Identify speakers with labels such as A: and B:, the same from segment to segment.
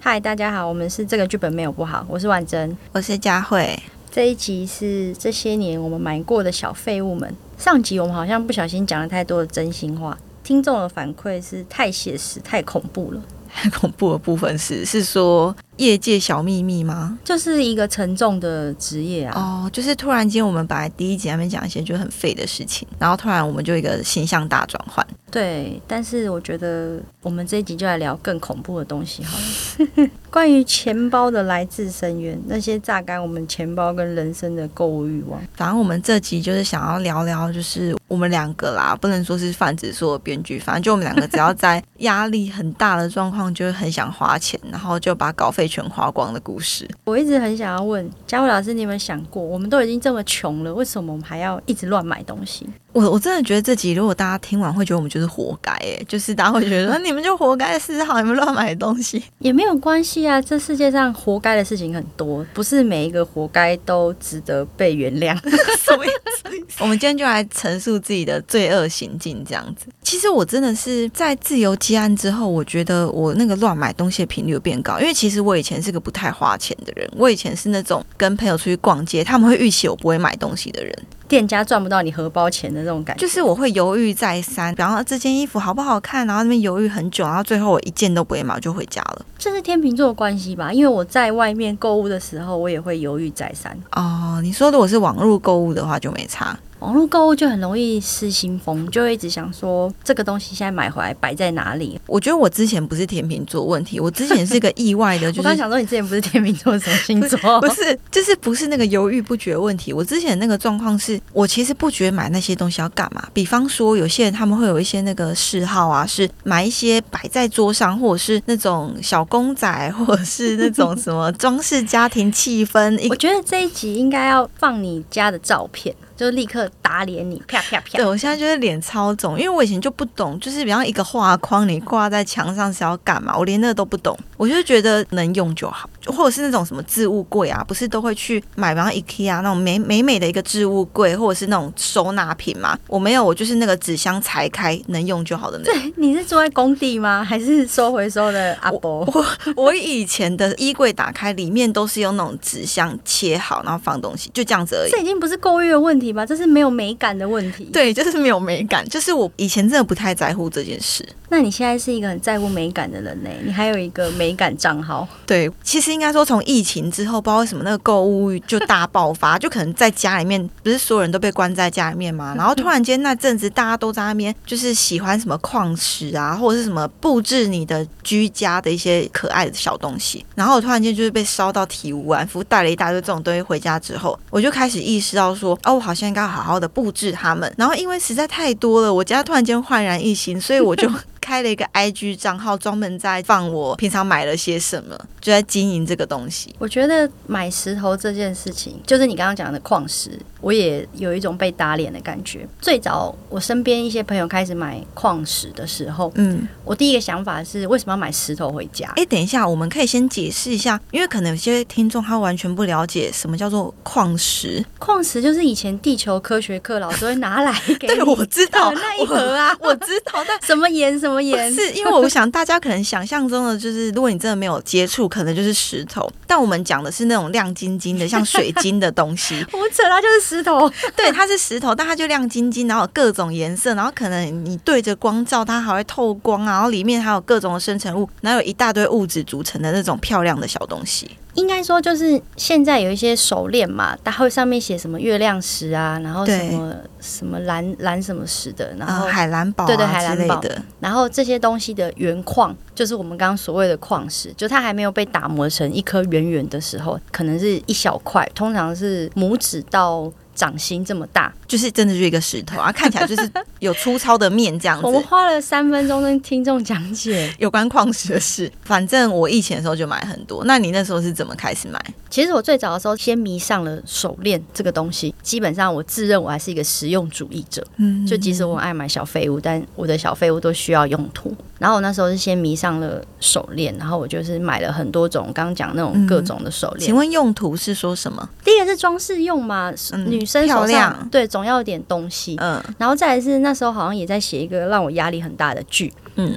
A: 嗨，大家好，我们是这个剧本没有不好，我是婉珍。
B: 我是佳慧，
A: 这一集是这些年我们买过的小废物们。上集我们好像不小心讲了太多的真心话，听众的反馈是太写实、太恐怖了，
B: 很 恐怖的部分是是说业界小秘密吗？
A: 就是一个沉重的职业啊。
B: 哦，就是突然间我们本来第一集还没讲一些就很废的事情，然后突然我们就一个形象大转换。
A: 对，但是我觉得我们这一集就来聊更恐怖的东西好了。 关于钱包的来自深渊，那些榨干我们钱包跟人生的购物欲望。
B: 反正我们这集就是想要聊聊，就是我们两个啦，不能说是泛指所有编剧，反正就我们两个只要在压力很大的状况，就会很想花钱，然后就把稿费全花光的故事。
A: 我一直很想要问佳慧老师，你有没有想过，我们都已经这么穷了，为什么我们还要一直乱买东西？
B: 我我真的觉得这集如果大家听完会觉得我们就是活该，哎，就是大家会觉得说 你们就活该是好，你们乱买东西。
A: 也没有关系啊，这世界上活该的事情很多，不是每一个活该都值得被原谅。
B: 什么意思？我们今天就来陈述自己的罪恶行径，这样子。其实我真的是在自由接案之后，我觉得我那个乱买东西的频率有变高，因为其实我以前是个不太花钱的人，我以前是那种跟朋友出去逛街，他们会预期我不会买东西的人，
A: 店家赚不到你荷包钱的那种感觉，
B: 就是我会犹豫再三，比方说这件衣服好不好看，然后那边犹豫很久，然后最后我一件都不会买，我就回家了。
A: 这是天秤座的关系吧？因为我在外面购物的时候，我也会犹豫再三。
B: 哦，你说如果是网络购物的话就没差。
A: 网络购物就很容易失心疯，就会一直想说这个东西现在买回来摆在哪里。
B: 我觉得我之前不是天秤座问题，我之前是个意外的，就
A: 我
B: 是
A: 刚想说，你之前不是天秤座什么星座？
B: 不是，就是不是那个犹豫不决的问题。我之前那个状况是我其实不觉得买那些东西要干嘛。比方说，有些人他们会有一些那个嗜好啊，是买一些摆在桌上，或者是那种小公仔，或者是那种什么装饰家庭气氛。一
A: 我觉得这一集应该要放你家的照片，就立刻打脸你，啪啪
B: 对
A: 啪。
B: 我现在就是脸超肿，因为我以前就不懂，就是比方一个画框你挂在墙上是要干嘛，我连那个都不懂。我就觉得能用就好，或者是那种什么置物柜啊，不是都会去买，比方 IKEA 那种美美美的一个置物柜，或者是那种收纳品嘛。我没有，我就是那个纸箱裁开能用就好的那种。
A: 你是住在工地吗？ 还是收回收的阿伯？
B: 我以前的衣柜打开，里面都是用那种纸箱切好，然后放东西，就这样子而已
A: 这。已经不是购欲的问题吧？这是没有美感的问题。，
B: 对，就是没有美感，就是我以前真的不太在乎这件事。
A: 那你现在是一个很在乎美感的人呢、你还有一个美感账号，
B: 对，其实应该说从疫情之后，不知道为什么那个购物欲就大爆发， 就可能在家里面，不是所有人都被关在家里面嘛，然后突然间那阵子大家都在那边，就是喜欢什么矿石啊，或者是什么布置你的居家的一些可爱的小东西，然后我突然间就是被烧到体无完肤，带了一大堆这种东西回家之后，我就开始意识到说，哦，我好像应该好好的布置它们，然后因为实在太多了，我家突然间焕然一新，所以我就。开了一个 IG 账号，专门在放我平常买了些什么，就在经营这个东西。
A: 我觉得买石头这件事情，就是你刚刚讲的矿石，我也有一种被打脸的感觉。最早我身边一些朋友开始买矿石的时候，
B: 嗯，
A: 我第一个想法是为什么要买石头回家？
B: 哎，等一下，我们可以先解释一下，因为可能有些听众他完全不了解什么叫做矿石。
A: 矿石就是以前地球科学课老师会拿来给
B: 对，
A: 你
B: 我知道
A: 的那一盒啊，
B: 我，我 知道，但
A: 什么盐什么盐
B: 不，是 因为我想大家可能想象中的就是，如果你真的没有接触，可能就是石头。但我们讲的是那种亮晶晶的，像水晶的东 西。
A: 胡扯，它就是石头。
B: 对，它是石头，但它就亮晶晶，然后有各种颜色，然后可能你对着光照，它还会透光啊，然后里面还有各种的生成物，然后有一大堆物质组成的那种漂亮的小东西。
A: 应该说，就是现在有一些手链嘛，它会上面写什么月亮石啊，然后什
B: 对
A: 么什么蓝蓝什么石的，然
B: 啊，
A: 后、
B: 海蓝宝啊
A: 对对海蓝
B: 之类
A: 宝
B: 的，
A: 然后这些东西的原矿，就是我们刚刚所谓的矿石，就它还没有被打磨成一颗圆圆的时候，可能是一小块，通常是拇指到。掌心这么大，
B: 就是真的就是一个石头啊，看起来就是有粗糙的面 这样
A: 我们
B: 子。
A: 花了三分钟跟听众讲解。
B: 有关矿石的事，反正我以前的时候就买很多。那你那时候是怎么开始买？
A: 其实我最早的时候先迷上了手链这个东西，基本上我自认我还是一个实用主义者，
B: 嗯
A: 就即使我很爱买小废物，但我的小废物都需要用途。然后我那时候是先迷上了手链，然后我就是买了很多种，刚刚讲那种各种的手链。
B: 请问用途是说什么？
A: 第一个是装饰用嘛，
B: 嗯
A: 女生手
B: 漂
A: 上
B: 亮
A: 对总要有点东西。
B: 嗯
A: 然后再来是那时候好像也在写一个让我压力很大的剧，
B: 嗯，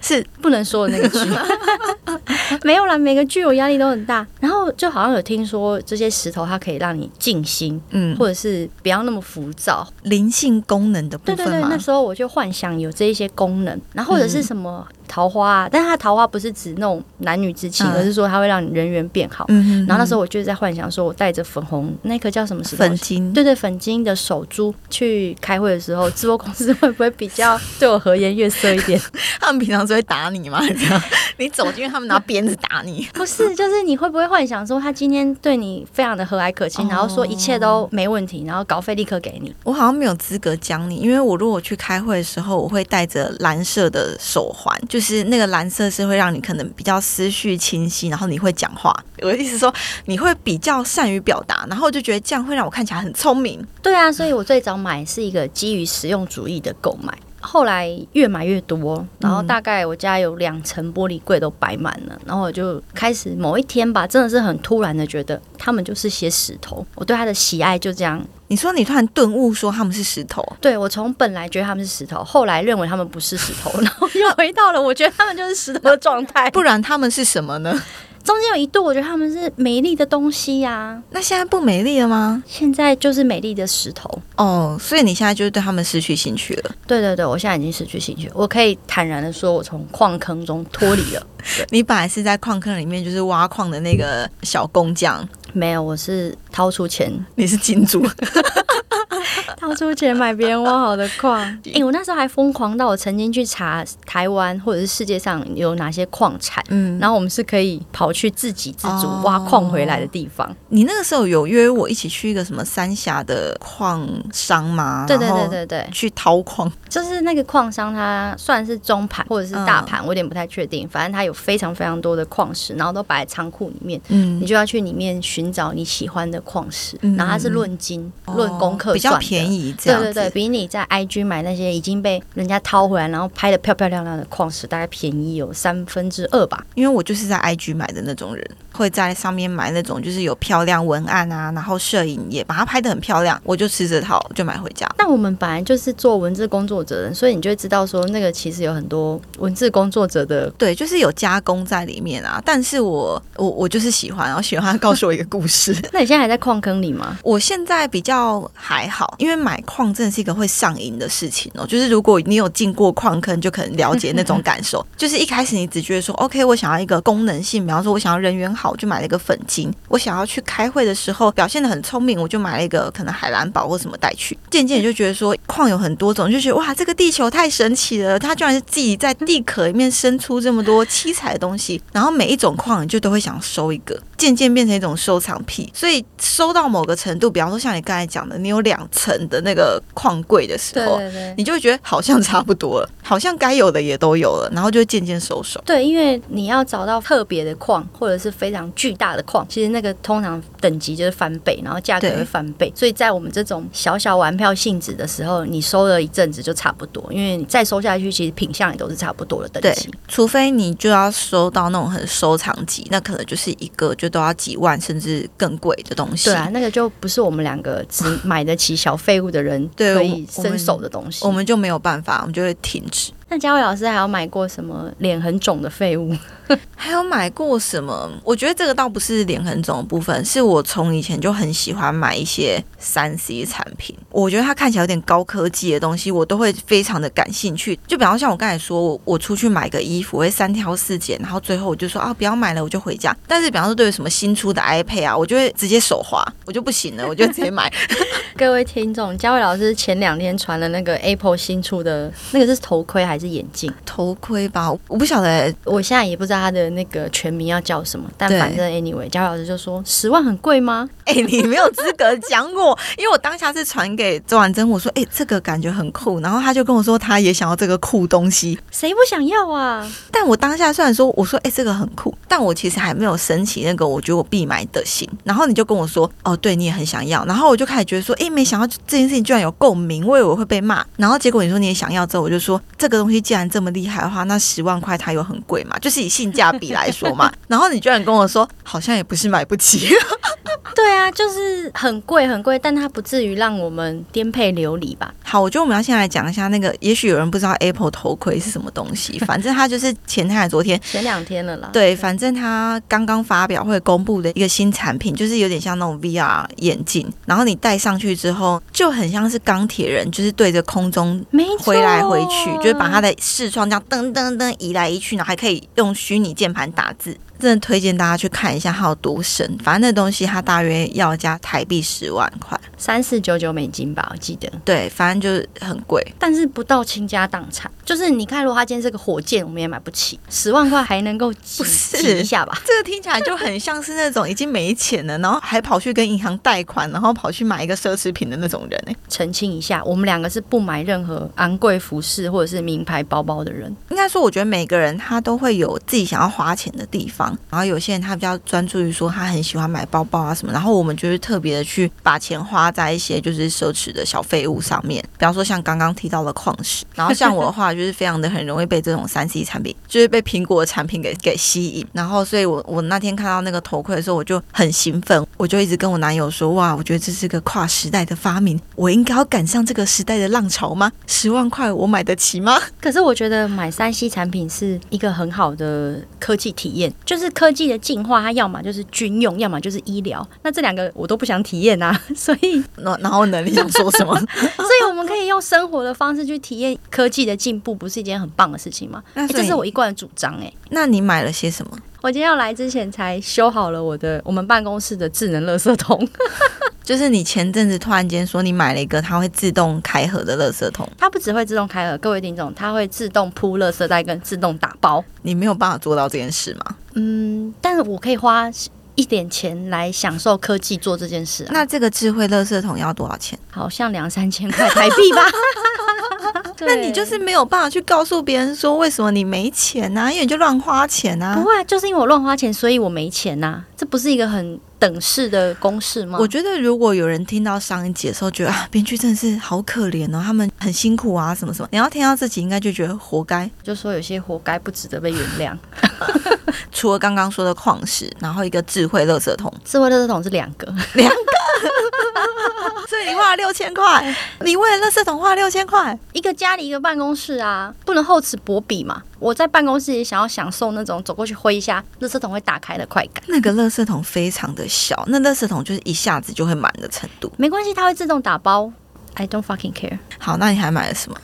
B: 是
A: 不能说的那个剧。没有啦，每个具有压力都很大。然后就好像有听说这些石头它可以让你静心，
B: 嗯，
A: 或者是不要那么浮躁。
B: 灵性功能的部
A: 对
B: 分
A: 对对，
B: 嘛
A: 那时候我就幻想有这一些功能，然后或者是什么桃花啊，但是它桃花不是指那种男女之情，
B: 嗯
A: 而是说它会让你人缘变好。
B: 嗯哼，
A: 然后那时
B: 候
A: 候我就在幻想说，我带着粉红那颗叫什么石头？
B: 粉晶，
A: 对对，粉晶的手珠去开会的时候，直播公司会不会比 较对我和颜悦色一点？
B: 他们平常是会打你吗？ 这样你走进去，他们拿鞭子打你。
A: 不是，就是你会不会幻想说他今天对你非常的和蔼可亲，
B: 哦
A: 然后说一切都没问题，然后稿费立刻给你？
B: 我好像没有资格讲你，因为我如果去开会的时候，我会戴着蓝色的手环，就是那个蓝色是会让你可能比较思绪清晰，然后你会讲话。我的意思是说，你会比较善于表达，然后我就觉得这样会让我看起来很聪明。
A: 对啊，所以我最早买是一个基于实用主义的购买。后来越买越多，然后大概我家有两层玻璃柜都摆满了，然后我就开始某一天吧，真的是很突然的觉得他们就是些石头，我对他的喜爱就这样
B: 你说你突然顿悟说他们是石头，
A: 对我从本来觉得他们是石头，后来认为他们不是石头，然后又回到了我觉得他们就是石头的状态。
B: 不然他们是什么呢？
A: 中间有一度我觉得他们是美丽的东西呀、
B: 那现在不美丽了吗？
A: 现在就是美丽的石头。
B: 哦，所以你现在就是对他们失去兴趣了。
A: 对对对，我现在已经失去兴趣，我可以坦然的说，我从矿坑中脱离 了。
B: 你本来是在矿坑里面就是挖矿的那个小工匠，
A: 没有，我是掏出钱，
B: 你是金主，
A: 掏出钱买别人挖好的 矿。哎、我那时候还疯狂到我曾经去查台湾或者是世界上有哪些矿产，
B: 嗯
A: 然后我们是可以跑去自给自足
B: 哦
A: 挖矿回来的地方。
B: 你那个时候有约我一起去一个什么三峡的矿商吗？
A: 对对对
B: 然后
A: 对对。
B: 去掏矿，
A: 就是那个矿商，它算是中盘或者是大盘，我有点不太确定。反正它有非常非常多的矿石，然后都摆在仓库里面，
B: 嗯
A: 你，就要去里面寻找你喜欢的矿石。
B: 嗯
A: 然后它是论斤、论功课
B: 哦比较
A: 算的
B: 便。宜，这
A: 对
B: 样
A: 对对，
B: 子
A: 比你在 IG 买那些已经被人家掏回来，然后拍的漂漂亮亮的矿石，大概便宜有三分之二吧。
B: 因为我就是在 IG 买的那种人，会在上面买那种就是有漂亮文案啊，然后摄影也把它拍得很漂亮，我就吃这套就买回家。
A: 但我们本来就是做文字工作者的人，所以你就会知道说，那个其实有很多文字工作者的
B: 对，就是有加工在里面啊，但是我我我就是喜欢，然后喜欢它告诉我一个故事。
A: 那你现在还在矿坑里吗？
B: 我现在比较还好，因为买矿真的是一个会上瘾的事情哦。就是如果你有进过矿坑，就可能了解那种感受。就是一开始你只觉得说，OK，我想要一个功能性，比方说我想要人缘好，我就买了一个粉晶；我想要去开会的时候表现的很聪明，我就买了一个可能海蓝宝或什么带去。渐渐你就觉得说，矿有很多种，就觉得哇，这个地球太神奇了，它居然自己在地壳里面生出这么多七彩的东西。然后每一种矿你就都会想收一个，渐渐变成一种收藏癖。所以收到某个程度，比方说像你刚才讲的，你有两层的那个矿柜的时候，
A: 对。
B: 你就会觉得好像差不多了，好像该有的也都有了，然后就会渐渐收手。
A: 对，因为你要找到特别的矿，或者是非常巨大的矿，其实那个通常等级就是翻倍，然后价格
B: 对
A: 会翻倍。所以在我们这种小小玩票性质的时候，你收了一阵子就差不多，因为你再收下去，其实品相也都是差不多的等
B: 对
A: 级。，
B: 除非你就要收到那种很收藏级，那可能就是一个就都要几万甚至更贵的东西。
A: 对啊，那个就不是我们两个 只买得起小废物的人
B: 对
A: 可
B: 我
A: 以
B: 们
A: 伸手的东西
B: 我。们就没有办法，我们就会停止。
A: 那嘉伟老师还有买过什么脸很肿的废物？
B: 还有买过什么？我觉得这个倒不是脸很肿的部分，是我从以前就很喜欢买一些三 C 产品。我觉得它看起来有点高科技的东西，我都会非常的感兴趣。就比方像我刚才说，我我出去买个衣服，我会三挑四拣，然后最后我就说啊，不要买了，我就回家。但是比方说对于什么新出的 iPad 啊，我就会直接手滑，我就不行了，我就直接买。
A: 各位听众，嘉伟老师前两天传了那个 Apple 新出的那个是头盔还是眼镜？
B: 头盔吧，我不晓得、
A: 我现在也不知道他的那个全名要叫什么，但
B: 对
A: 反正 anyway，嘉老师就说十万很贵吗？
B: 哎、你没有资格讲我，因为我当下是传给周婉珍，我说，哎、这个感觉很酷，然后他就跟我说他也想要这个酷东西，
A: 谁不想要啊？
B: 但我当下虽然说我说，哎、这个很酷，但我其实还没有升起那个我觉得我必买的心，然后你就跟我说，哦，对你也很想要，然后我就开始觉得说，哎、没想到这件事情居然有共鸣，我以为我会被骂，然后结果你说你也想要之后，我就说这个东西既然这么厉害的话，那十万块它有很贵嘛，就是以性价比来说嘛，然后你居然跟我说好像也不是买不起。
A: 对啊，就是很贵很贵，但它不至于让我们颠沛流离吧？
B: 好，我觉得我们要先来讲一下那个，也许有人不知道 Apple 头盔是什么东西， 反正它就是前天还昨天。
A: 前两天了啦，
B: 对，反正它刚刚发表会公布的一个新产品，就是有点像那种 VR 眼镜，然后你戴上去之后，就很像是钢铁人，就是对着空中
A: 没错
B: 挥来挥去，就是把它的视窗这样噔噔噔移来移去，然后还可以用虚拟键盘打字。真的推荐大家去看一下它有多神，反正那东西它大约要加台币十万块，
A: 三四九九美金吧，我记得，
B: 对，反正就是很贵。
A: 但是不到倾家荡产。就是你看，如果它今天是个火箭，我们也买不起，十万块还能够挤
B: 不是
A: 挤一下吧？
B: 这个听起来就很像是那种已经没钱了，然后还跑去跟银行贷款，然后跑去买一个奢侈品的那种人、欸。
A: 澄清一下，我们两个是不买任何昂贵服饰或者是名牌包包的人。
B: 应该说，我觉得每个人他都会有自己想要花钱的地方，然后有些人他比较专注于说他很喜欢买包包啊什么，然后我们就是特别的去把钱花在一些就是奢侈的小废物上面，比方说像刚刚提到的矿石，然后像我的话就是非常的很容易被这种三 C 产品，就是被苹果的产品给给吸引，然后所以我我那天看到那个头盔的时候，我就很兴奋，我就一直跟我男友说，哇，我觉得这是个跨时代的发明，我应该要赶上这个时代的浪潮吗？十万块我买得起吗？
A: 可是我觉得买三 C 产品是一个很好的科技体验，就是科技的进化，它要么就是军用，要么就是医疗。那这两个我都不想体验啊， 所以
B: 然然后呢，你想说什么？
A: 所以我们可以用生活的方式去体验科技的进步，不是一件很棒的事情 吗？
B: 那
A: 哎，
B: 啊所以
A: 这是我一贯的主张哎、
B: 那你买了些什么？
A: 我今天要来之前才修好了我的我们办公室的智能垃圾桶，
B: 就是你前阵子突然间说你买了一个它会自动开合的垃圾桶，
A: 它不只会自动开合，各位听众，它会自动铺垃圾袋跟自动打包。
B: 你没有办法做到这件事吗？
A: 嗯，但是我可以花一点钱来享受科技做这件事、啊，
B: 那这个智慧垃圾桶要多少钱？
A: 好像两三千块台币吧。
B: 那
A: 对
B: 你就是没有办法去告诉别人说为什么你没钱啊呐、因为你就乱花钱呐、
A: 不会啊，就是因为我乱花钱，所以我没钱呐、这不是一个很等式的公式吗？
B: 我觉得如果有人听到上一集的时候，觉得啊，编剧真的是好可怜哦，他们很辛苦啊，什么什么。你要听到这集，应该就觉得活该。
A: 就说有些活该不值得被原谅。
B: 除了刚刚说的矿石，然后一个智慧垃圾桶，
A: 智慧垃圾桶是两个，
B: 所以你花了六千块，你为了垃圾桶花了六千块，
A: 一个家里一个办公室啊，不能厚此薄彼嘛。我在办公室也想要享受那种走过去挥一下垃圾桶会打开的快感。
B: 那个垃圾桶非常的小，那垃圾桶就是一下子就会满的程度。
A: 没关系，它会自动打包。I don't fucking care。
B: 好，那你还买了什么？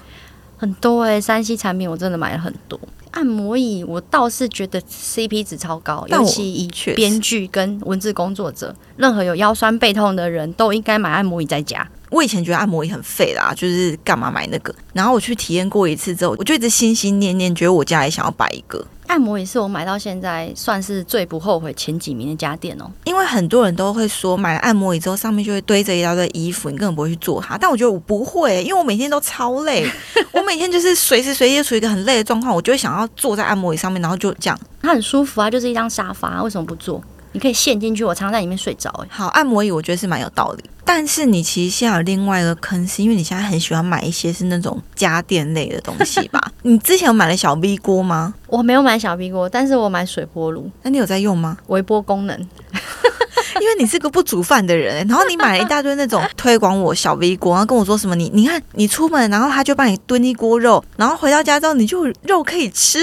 A: 很多哎、欸，三 C 产品我真的买了很多。按摩椅我倒是觉得 CP 值超高，
B: 但
A: 尤
B: 我
A: 其以
B: 确实
A: 编剧跟文字工作者，任何有腰酸背痛的人都应该买按摩椅在家。
B: 我以前觉得按摩椅很废啦，就是干嘛买那个？然后我去体验过一次之后，我就一直心心念念，觉得我家也想要摆一个。
A: 按摩椅是我买到现在算是最不后悔前几名的家电哦、
B: 因为很多人都会说，买了按摩椅之后，上面就会堆着一大堆衣服，你根本不会去做它。但我觉得我不会、因为我每天都超累，我每天就是随时随地处于一个很累的状况，我就会想要坐在按摩椅上面，然后就这样。
A: 它很舒服啊，就是一张沙发，为什么不坐？你可以陷进去，我常常在里面睡着、欸。
B: 好，按摩椅我觉得是蛮有道理，但是你其实现在有另外一个坑，是因为你现在很喜欢买一些是那种家电类的东西 吧？你之前有买了小 V 锅吗？
A: 我没有买小冰锅，但是我买水波炉，
B: 那你有在用吗？
A: 微波功能。
B: 因为你是个不煮饭的人、然后你买了一大堆那种推广我小 V 锅，然后跟我说什么你你看你出门，然后他就帮你炖一锅肉，然后回到家之后你就有肉可以吃，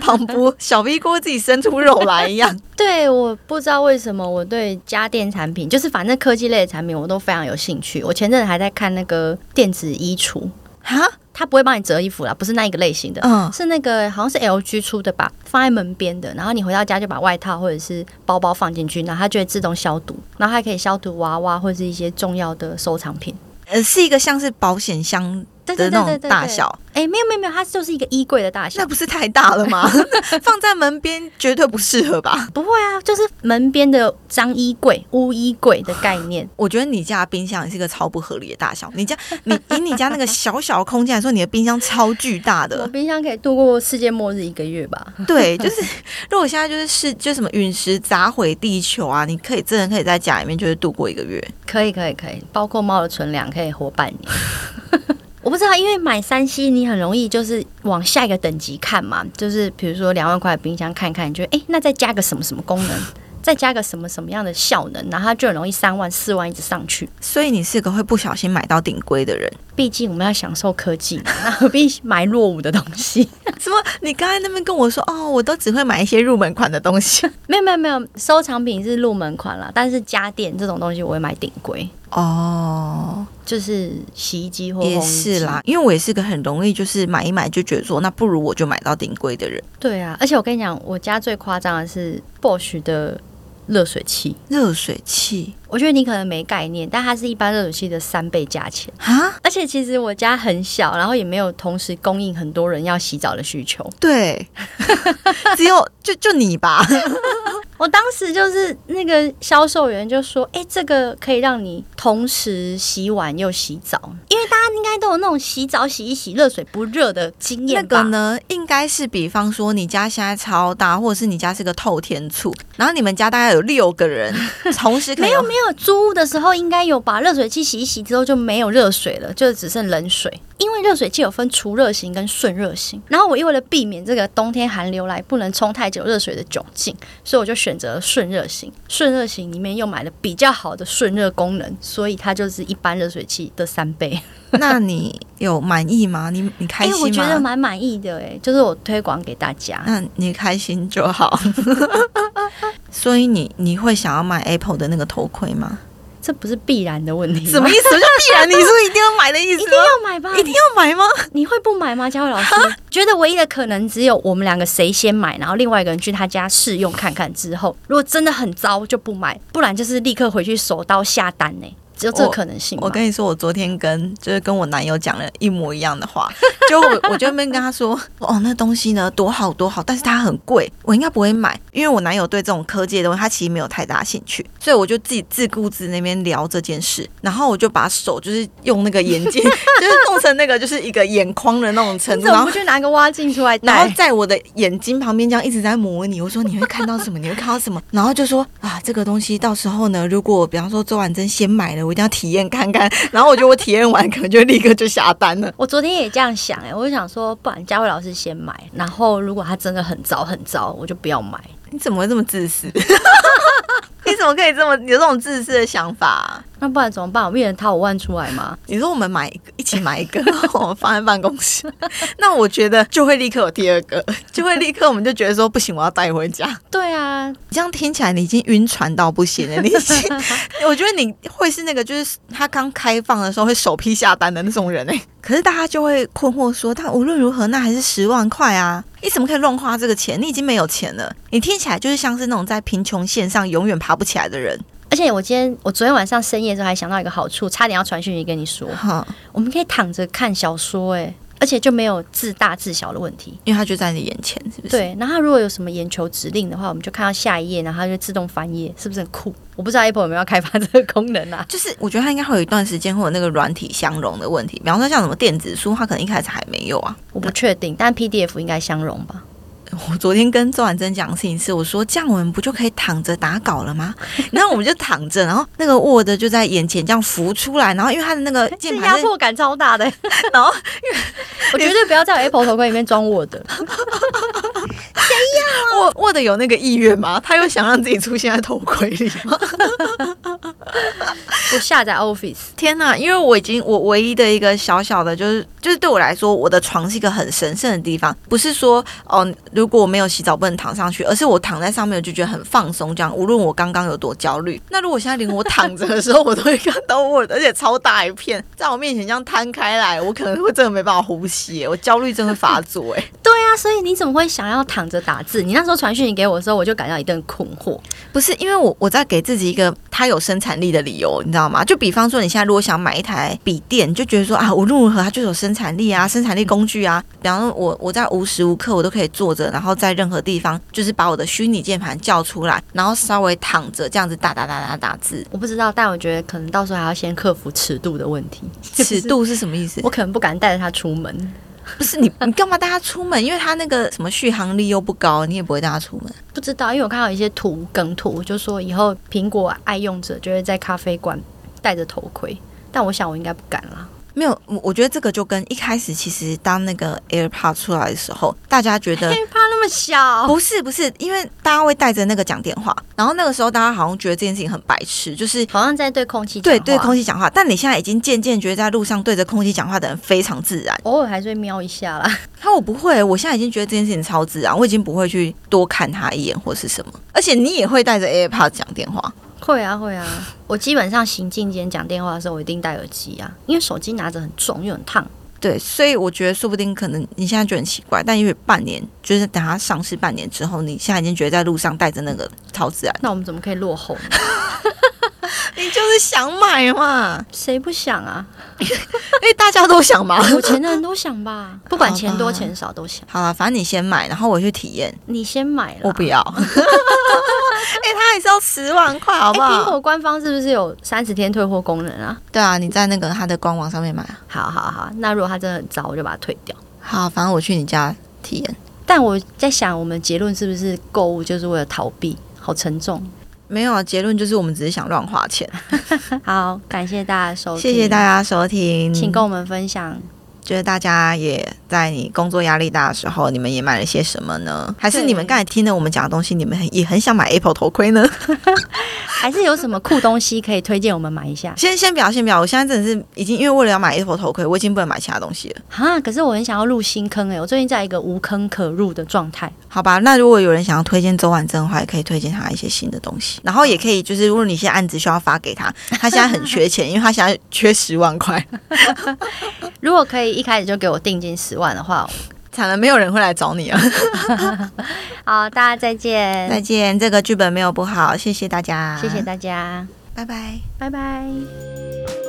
B: 仿佛小 V 锅自己生出肉来 一样。
A: 对，我不知道为什么我对家电产品，就是反正科技类的产品，我都非常有兴趣。我前阵子还在看那个电子衣橱，
B: 哈，
A: 它不会帮你折衣服啦，不是那一个类型的，
B: 嗯，
A: 是那个好像是 LG 出的吧，放在门边的，然后你回到家就把外套或者是包包放进去，然后它就会自动消毒，然后还可以消毒娃娃或者是一些重要的收藏品。
B: 呃，是一个像是保险箱
A: 对对
B: 的那
A: 对对
B: 种
A: 对，
B: 大小。
A: 哎、没有没有没有，它就是一个衣柜的大小
B: 那。不是太大了吗？ 放在门边绝对不适合吧？。
A: 不会啊，就是门边的脏衣柜、污衣柜的概念
B: 我觉得你家的冰箱也是一个超不合理的大小。你家， 你以你家那个小小的空间来说，你的冰箱超巨大
A: 我
B: 的。
A: 冰箱可以度过世界末日一个月吧？
B: 对，就是如果现在就是是就什么陨石砸毁地球啊，你可以真的可以在家里面就是度过一个月。
A: 可以，可以，可以，包括猫的存粮可以活半年。 我不知道，因为买三 C 你很容易就是往下 一个等级看嘛，就是比如说两万块的冰箱看看，你就哎、诶那再加个什么什么功能，再加个什么什么样的效能，然后它就很容易三万四万一直上去。
B: 所以你是个会不小心买到顶规的人。
A: 毕竟我们要享受科技， 那何必买落伍的东西？
B: 什么？你刚才那边跟我说哦，我都只会买一些入门款的东西。
A: 没有没有没有，收藏品是入门款啦，但是家电这种东西我会买顶规，
B: 哦，
A: 就是洗衣机或烘
B: 也
A: 衣
B: 是
A: 机
B: 啦，因为我也是个很容易就是买一买就觉得说，那不如我就买到顶规的人。
A: 对啊，而且我跟你讲，我家最夸张的是 Bosch 的热水器，
B: 热水器
A: 我觉得你可能没概念，但它是一般热水器的三倍价钱。
B: 啊，
A: 而且其实我家很小，然后也没有同时供应很多人要洗澡的需求。
B: 对，只有就就你吧。
A: 我当时就是那个销售员就说：“哎、这个可以让你同时洗碗又洗澡，因为大家应该都有那种洗澡洗一洗热水不热的经
B: 那
A: 验
B: 个
A: 吧？
B: 呢，应该是比方说你家现在超大，或者是你家是个透天厝，然后你们家大概有六个人，同时可能
A: 没有没有，租屋的时候应该有把热水器洗一洗之后就没有热水了，就只剩冷水。因为热水器有分除热型跟顺热型，然后我又为了避免这个冬天寒流来不能冲太久热水的窘境，所以我就选择了顺热型。顺热型里面又买了比较好的顺热功能，所以它就是一般热水器的三倍。
B: 那你有满意吗？你你开
A: 哎、
B: 心吗？
A: 我觉得蛮满意的哎、就是我推广给大家。
B: 那你开心就好。所以你你会想要买 Apple 的那个头盔吗？
A: 这不是必然的问题吗，
B: 什么意思？就必然你是不是一定要买的意
A: 啊一
B: 思
A: 定要买吧？
B: 一定要买吗？
A: 你会不买吗，佳慧老师？ 觉得唯一的可能只有我们两个谁先买，然后另外一个人去他家试用看看之后，如果真的很糟就不买，不然就是立刻回去手刀下单呢、只有这个可能性
B: 我
A: 吗？
B: 跟你说，我昨天跟就是跟我男友讲了一模一样的话， 就我我就那边跟他说，哦，那东西呢多好多好，但是它很贵，我应该不会买，因为我男友对这种科技的东西他其实没有太大兴趣，所以我就自己自顾自那边聊这件事，然后我就把手就是用那个眼镜， 就是弄成那个就是一个眼眶的那种程
A: 你
B: 度，
A: 怎
B: 然
A: 么
B: 后
A: 不。去拿个蛙镜出来
B: 然后
A: 戴？
B: 在我的眼睛旁边这样一直在模拟，我说你会看到什么？ 你会看到什么？然后就说啊，这个东西到时候呢，如果比方说周婉珍先买了，我一定要体验看看。然后我觉得我体验完，可能就立刻就下单了。
A: 我昨天也这样想哎、我就想说，不然佳慧老师先买，然后如果他真的很糟很糟，我就不要买。
B: 你怎么会这么自 私？你怎么可以这么有这种自私的想法啊、
A: 那不然怎么办？我一人掏五万出来吗？
B: 你说我们买一个，一起买一个，然后我们放在办公室， 那我觉得就会立刻有第二个，就会立刻我们就觉得说不行，我要带回家。
A: 对啊，
B: 你这样听起来，你已经晕船到不行了。你 已经，我觉得你会是那个，就是他刚开放的时候会首批下单的那种人哎、可是大家就会困惑说，但无论如何，那还是十万块啊！你怎么可以乱花这个钱？你已经没有钱了。你听起来就是像是那种在贫穷线上永远爬不起来的人。
A: 而且我今天我昨天晚上深夜的时候还想到一个好处，差点要传讯息跟你说。
B: 哈，
A: 我们可以躺着看小说、欸，而且就没有自大自小的问题。
B: 因为他就在你眼前，是不是？，
A: 对，然后它如果有什么研求指令的话，我们就看到下一页，然后它就自动翻页，是不是很酷？我不知道 Apple 有没有要开发这个功能啊？
B: 就是我觉得他应该会有一段时间会有那个软体相容的问题。比方说像什么电子书，他可能一开始还没有啊。
A: 我不确定，但 PDF 应该相容吧？
B: 我昨天跟周婉珍讲的事情是，我说这样我们不就可以躺着打稿了吗？ 然后我们就躺着，然后那个 Word 就在眼前这样浮出来，然后因为它的那个键
A: 这
B: 盘
A: 压
B: 是，
A: 迫感超 大的、
B: 然后
A: 我绝对不要 在 Apple 头盔里面装 Word。
B: Word Word 有那个意愿吗？他又想让自己出现在头盔里吗？
A: 我下载 Office，
B: 天哪！因为我已经我唯一的一个小小的，就是就是对我来说，我的床是一个很神圣的地方，不是说哦，如果我没有洗澡不能躺上去，而是我躺在上面我就觉得很放松，这样无论我刚刚有多焦虑。那如果现在连我躺着的时候，我都会看到我，而且超大一片在我面前这样摊开来，我可能会真的没办法呼吸，我焦虑症会发作哎。
A: 对啊，所以你怎么会想要躺着打字？你那时候传讯息给我的时候，我就感到一顿困惑。
B: 不是因为我我在给自己一个它有生产力的理由，你知道吗？就比方说，你现在如果想买一台笔电，你就觉得说啊，无论如何它就有生产力啊，生产力工具啊。比方说我我在无时无刻我都可以坐着，然后在任何地方就是把我的虚拟键盘叫出来，然后稍微躺着这样子打打打打打字。
A: 我不知道，但我觉得可能到时候还要先克服尺度的问题。
B: 尺度是什么意思？
A: 我可能不敢带着它出门。
B: 不是你，你干嘛带它出门？因为它那个什么续航力又不高，你也不会带它出门。
A: 不知道，因为我看到一些图梗图，就说以后苹果爱用者就会在咖啡馆戴着头盔，但我想我应该不敢啦。
B: 没有，我我觉得这个就跟一开始其实当那个 AirPod 出来的时候，大家觉得
A: 害怕那么小，
B: 不是不是，因为大家会带着那个讲电话，然后那个时候大家好像觉得这件事情很白痴，就是
A: 好像在对空气讲
B: 对
A: 话
B: 对空气讲话。但你现在已经渐渐觉得在路上对着空气讲话的人非常自然。
A: 偶尔还是会瞄一下啦。
B: 他我不会，我现在已经觉得这件事情超自然，我已经不会去多看他一眼或是什么。而且你也会带着 AirPod 讲电话，
A: 会啊会啊，我基本上行进间讲电话的时候，我一定戴耳机啊，因为手机拿着很重又很烫。
B: 对，所以我觉得说不定可能你现在觉得很奇怪，但因为半年，就是等它上市半年之后，你现在已经觉得在路上带着那个超自然，
A: 那我们怎么可以落后呢？
B: 你就是想买嘛，
A: 谁不想啊？
B: 因为大家都想嘛。
A: 有钱的人都想 吧，不管钱多钱少都想。
B: 好了，反正你先买，然后我去体验。
A: 你先买了，
B: 我不 要，哎、它还是要十万块，
A: 哎，
B: 好不
A: 苹
B: 好？
A: 果官方是不是有三十天退货功能啊？
B: 对啊，你在那个它的官网上面买啊。
A: 好好好，那如果它真的很糟，我就把它退掉。
B: 好，反正我去你家体验。
A: 但我在想，我们结论是不是购物就是为了逃避？好沉重。
B: 没有啊，结论就是我们只是想乱花钱。
A: 好，感谢大家的收听，
B: 谢谢大，家收听，
A: 请跟我们分享。
B: 觉得大家也在你工作压力大的时候，你们也买了些什么呢？还是
A: 对
B: 你们刚才听了我们讲的东西，你们很也很想买 Apple 头盔呢？
A: 还是有什么酷东西可以推荐我们买一下
B: 先先表先表，我现在真的是已经因为为了要买 Apple 头盔，我已经不能买其他东西了。
A: 哈，可是我很想要入新坑哎、我最近在一个无坑可入的状态。
B: 好吧，那如果有人想要推荐周婉珍的话，也可以推荐他一些新的东西，然后也可以就是，如果你一些案子需要发给 他，他现在很缺钱，因为他现在缺十万 块，
A: 如果可以一开始就给我定金十万的话，
B: 惨了，没有人会来找你啊！
A: 好，大家再见，
B: 再见，嗯啊这个剧本没有不好，谢谢大家，
A: 谢谢大家，
B: 拜拜。
A: 拜拜。
B: Thank